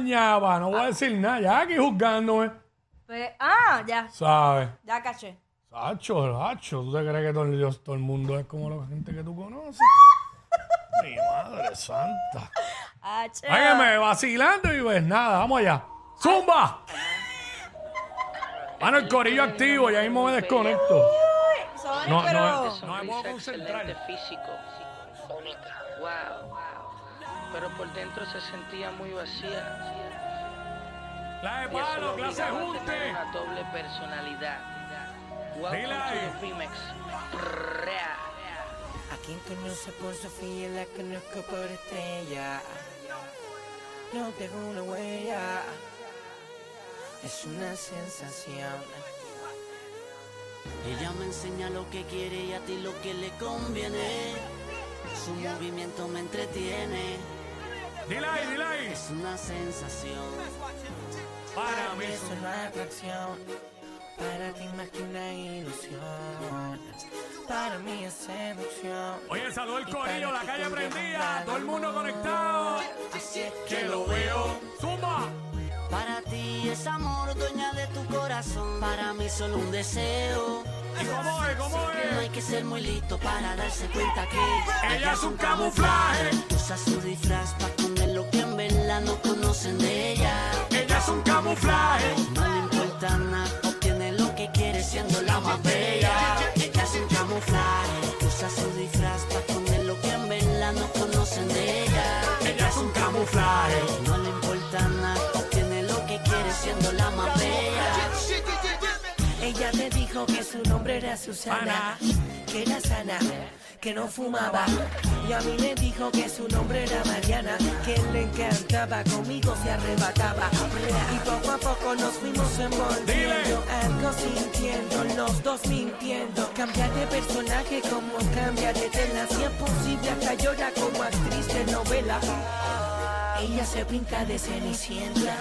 dañaba, no voy a decir nada. Ya aquí juzgándome, Pues, ah, ya, ¿sabes? ya caché. Sacho, Sacho, ¿tú te crees que todo, el- Dios- todo el mundo es como la gente que tú conoces? Mi madre santa. Ah, che. Váyame vacilando y pues nada, vamos allá. ¡Zumba! Mano, el corillo activo, ya mismo me desconecto. Sorry, No, eh, pero... no, Eso. no me puedo sonrisa concentrar. excelente, físico, única, wow, pero por dentro se sentía muy vacía. La de Y eso lo palo, clase obligaba a junte. tener una doble personalidad. Welcome Dile ahí. to the Femex. Prrrea. A quien conoce por Sofía la conozco por estrella. No tengo una huella, es una sensación. Ella me enseña lo que quiere y a ti lo que le conviene. Su movimiento me entretiene. Dile ahí, dile ahí. Es una sensación. Para mí. Es una atracción, para ti más que una ilusión. Para mí es seducción. Oye, saludo el corillo, la calle prendida, todo el mundo conectado. Así es Que lo veo. ¡Zumba! Para ti es amor, dueña de tu corazón. Para mí solo un deseo. ¿Y cómo es? ¿Cómo No es? hay que ser muy listo para darse cuenta que Ella es un camuflaje. Usa su disfraz para esconder lo que en verdad no conocen de ella. Ella es un camuflaje. No le importa nada, obtiene lo que quiere siendo la más bella. Ella es un camuflaje, usa su disfraz para esconder lo que en verdad no conocen de ella. Ella es un camuflaje. No le importa nada, obtiene lo que quiere siendo la más bella. Ella me dijo que su nombre era Susana, que era sana, que no fumaba. Y a mí me dijo que su nombre era Mariana, que le encantaba, conmigo se arrebataba. Y poco a poco nos fuimos envolviendo, algo sintiendo, los dos mintiendo. Cambiar de personaje como cambia de tela, si es posible hasta llora como actriz de novela. Ella se pinta de cenicienta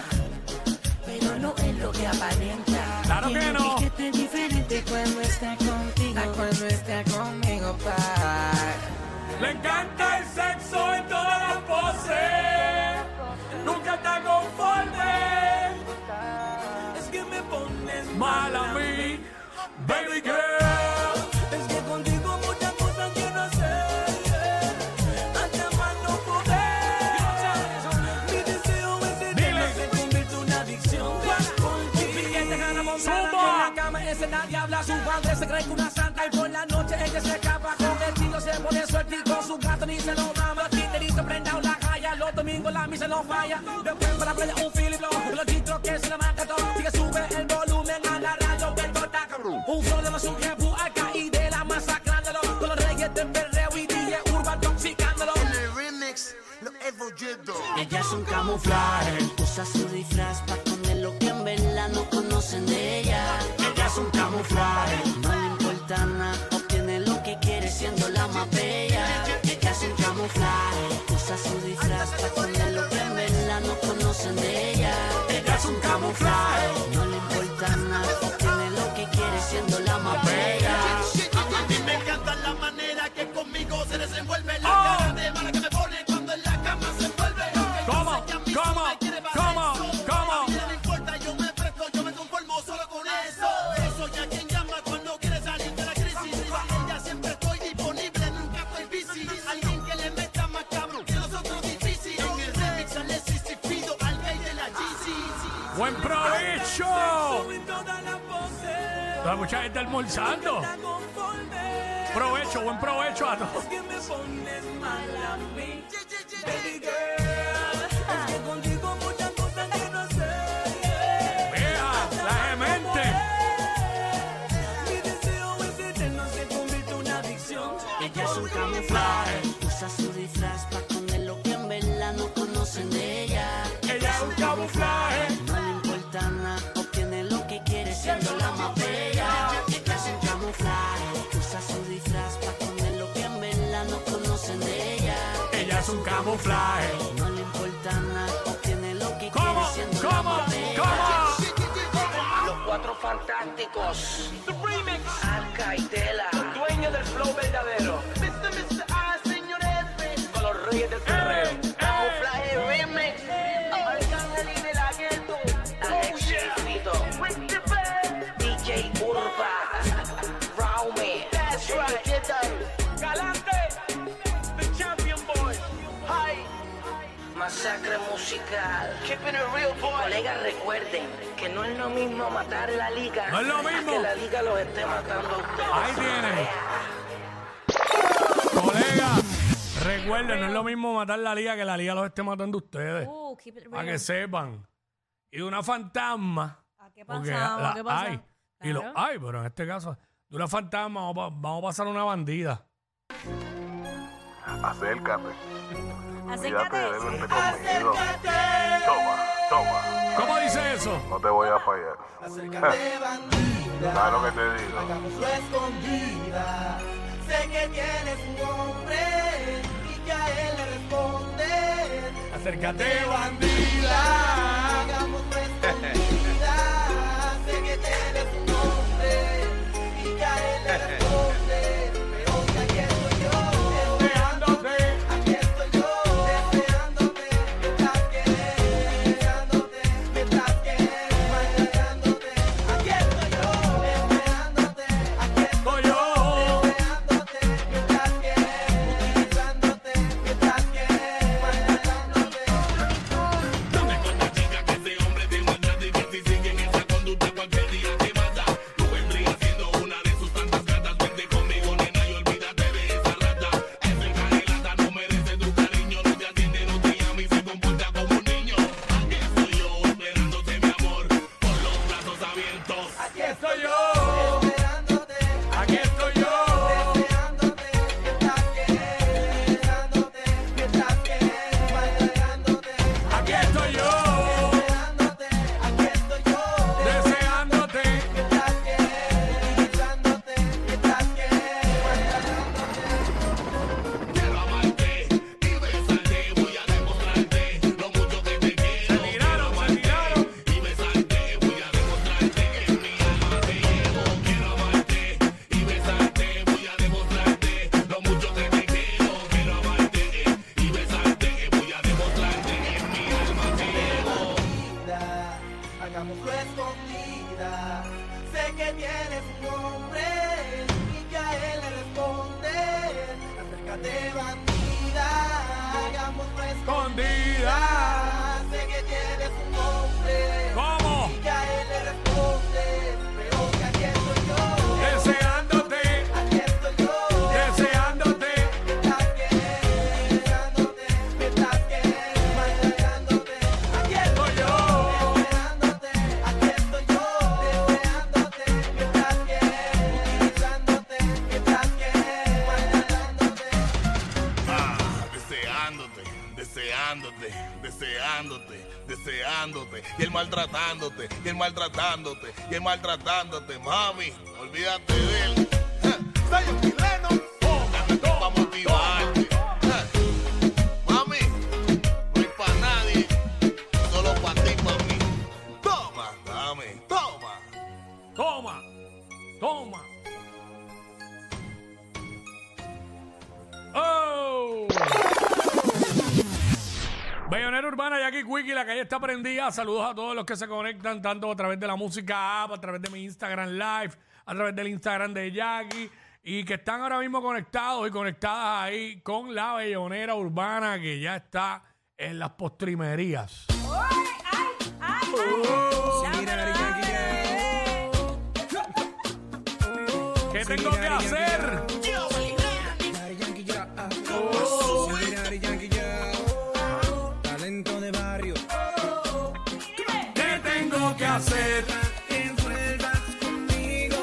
pero no es lo que aparenta. Claro que no. Tiene un piquete diferente cuando está contigo, a cuando está conmigo, pa. Le encanta el sexo en todas las poses. Nunca está conforme. Es que me pones mal a mí, baby girl. Es que contigo muchas cosas quiero hacer. Hasta más no poder. Mi deseo es de Se convirtió en una adicción. Piquete gana montada Zumba. que en la cama ese nadie habla. Su padre se cree que una santa y por la noche ella se escapa. Con el tío se pone suerte y con su gato ni se lo mama. Titerito prendado en la calle, los domingos la misa no falla. Después para prender un Philip Blow, los chistros que se la marca todo. Así que sube el volumen a la radio que todo está cabrón. Un problema su jefe acá y de la masacrándolo. Con los reyes del perreo y DJ Urban toxicándolo. Ella es un camuflaje, usa su disfraz para esconder lo que en verdad no conocen de ella. Ella es un camuflaje, no le importa nada, obtiene lo que quiere siendo la más bella. Ella es un camuflaje, usa su disfraz para esconder lo que en verdad no conocen de ella. Ella es un camuflaje, no le importa nada, obtiene lo que quiere siendo la más bella. A mí me encanta la manera que conmigo se desenvuelve La cara de mala que me pone cuando en la cama se envuelve ¿Cómo? Aunque yo sé que a mí ¿Cómo? sí me quiere para ¿Cómo? eso. ¿Cómo? A mí no me importa, yo me presto, yo me conformo solo con eso Yo soy a quien llama cuando quiere salir de la crisis Para ella siempre estoy disponible, nunca estoy busy Alguien que le meta más cabrón que los otros difícil En el remix sale Sissy, pido al rey de la GC ¡Buen provecho! En todas las voces Toda mucha gente almorzando. está conforme. Provecho, buen provecho a todos. que me pones mal a mí. Baby girl, es que contigo muchas cosas que no sé. Vea, la demente. Mi deseo es eterno, se convierte en una adicción. Ella es un camuflaje, usa su disfraz para esconder lo que en verdad no conocen de ella. Ella es un camuflaje. No le importa nada, obtiene lo que quiere siendo la más bella. Ella es un camuflaje, usa su disfraz para esconder lo que en verdad no conocen de ella. Ella es un camuflaje. No le importa nada, obtiene lo que ¿Cómo? quiere siendo la ¿Cómo? más bella. ¿Cómo? Los cuatro fantásticos. The remix. Arca y Tela. Dueño del flow verdadero. Mr. Mr. Ah, señores. Con los reyes del Oh, terreno. Camuflaje remix. Arcángel masacre musical. Keeping it real, boy. Colegas, recuerden que no es lo mismo matar la liga. No es lo a mismo. Que la liga los esté matando a ustedes. Ahí viene. Colega, recuerden, no es lo mismo matar la liga que la liga los esté matando ustedes. Uh, keep it real. Para que sepan. Y una fantasma. ¿A qué porque pasamos? la ¿A qué pasamos? hay. Y los Claro. hay, pero en este caso, de una fantasma vamos, pa- vamos a pasar a una bandida. Acércate, cuídate de Acércate. verte conmigo. Toma, toma, ¿Cómo dice eso? no te voy a fallar. Claro que te digo. escondida. Sé que tienes un hombre y que a él le responde. Acércate, Bandida, hagamos nuestra escondida. Sé que tienes un hombre y que a él le responde. Pero hoy aquí estoy yo, aquí estoy yo, deseándote, mientras que, deseándote, mientras que, bailándote. Aquí estoy yo, esperándote, aquí estoy Soy yo. Deseándote, mientras que, utilizándote, mientras que, bailándote. Aquí estoy yo. Esperándote, Aquí estoy yo. deseándote, mientras que, utilizándote, mientras que, bailándote. Aquí estoy yo. Deseándote, aquí estoy yo, Deseándote. mientras que, utilizándote, mientras que, bailándote. Se tiraron, se tiraron. escondida, hagámoslo escondida. Sé que tienes un hombre y que a él le responde. Acércate, bandida, hagámoslo escondida. Escondida. Sé que tienes un hombre ¿Cómo? y que a él le responde. Pero que aquí estoy yo, Deseándote. aquí estoy yo. Deseándote. Mientras que, deseándote, mientras que, bailándote. Aquí estoy yo, esperándote, aquí estoy yo, deseándote, mientras que, utilizándote, mientras que, bailándote. Ah, deseándote, deseándote, deseándote, deseándote, y el maltratándote, y el maltratándote, y el maltratándote, mami, olvídate de él. Ja, Soy un chileno, dame esto pa' motivarte. Ja, Mami, no es pa' nadie, solo pa' ti, mami. Toma, dame, toma. Toma. Toma. Oh. Bayonera Urbana, Jackie Quickie, la calle está prendida. Saludos a todos los que se conectan, tanto a través de la música app, a través de mi Instagram Live, a través del Instagram de Jackie, y que están ahora mismo conectados y conectadas ahí con la Bayonera Urbana, que ya está en las postrimerías. Ay, ay, ay, ay. mira, Dámelo, Daddy Yankee, dame, ¿Qué tengo que hacer? Daddy Yankee ya. ah. Siempre Daddy Yankee ya. Talento de barrio. ¿Qué tengo que hacer? Te envuelvas conmigo.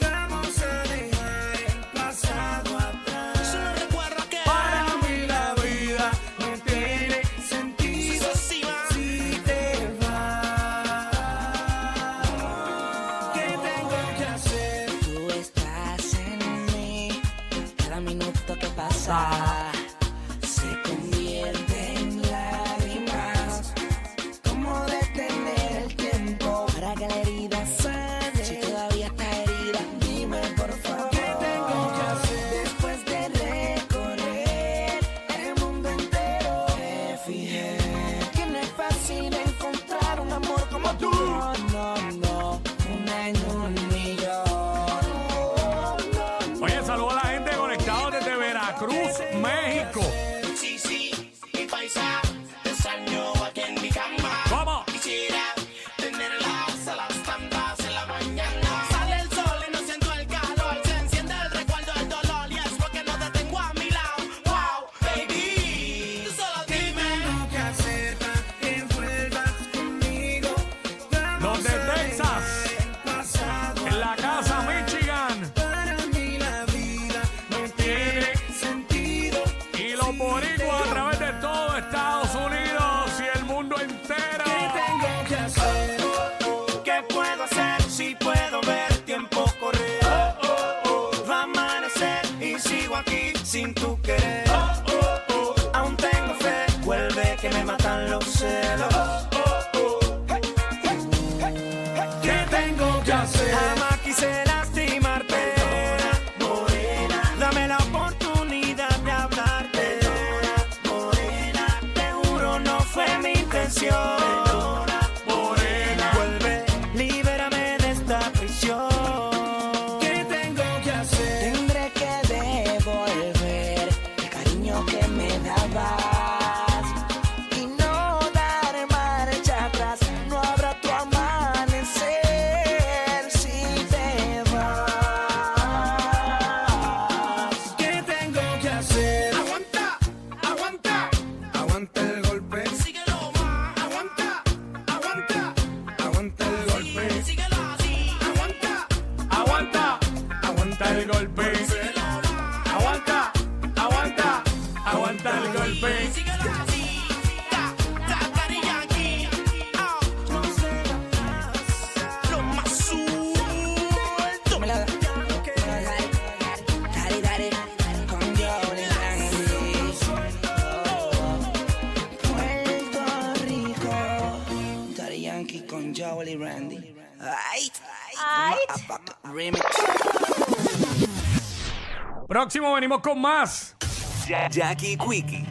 Vamos a dejar el pasado atrás. Solo recuerda que para mí la vida no tiene sentido si te vas. ¿Qué tengo que hacer? Tú estás en mí, cada minuto que pasa se convierte en lágrimas. ¿Cómo detener el tiempo para que le Perdona, morena. Vuelve, libérame de esta prisión. ¿Qué tengo que hacer? Tendré que devolver el cariño que me dabas y no dar marcha atrás. No habrá tu amanecer si te vas. ¿Qué tengo que hacer? Aguanta, aguanta, aguanta el golpe. Síguelo más. Aguanta, aguanta, aguanta el golpe. Síguelo así. Aguanta, aguanta, aguanta el golpe. Síguelo más. Aguanta, aguanta, aguanta el golpe. Síguelo así. Tacarilla aquí. Oh. No se la pasa. Lo más suelto. Me la Dale, dale, con doble Randy. Puerto Rico. Daddy Yankee con Jolly Randy. Ay, ay, remix. Próximo venimos con más. Jackie Quickie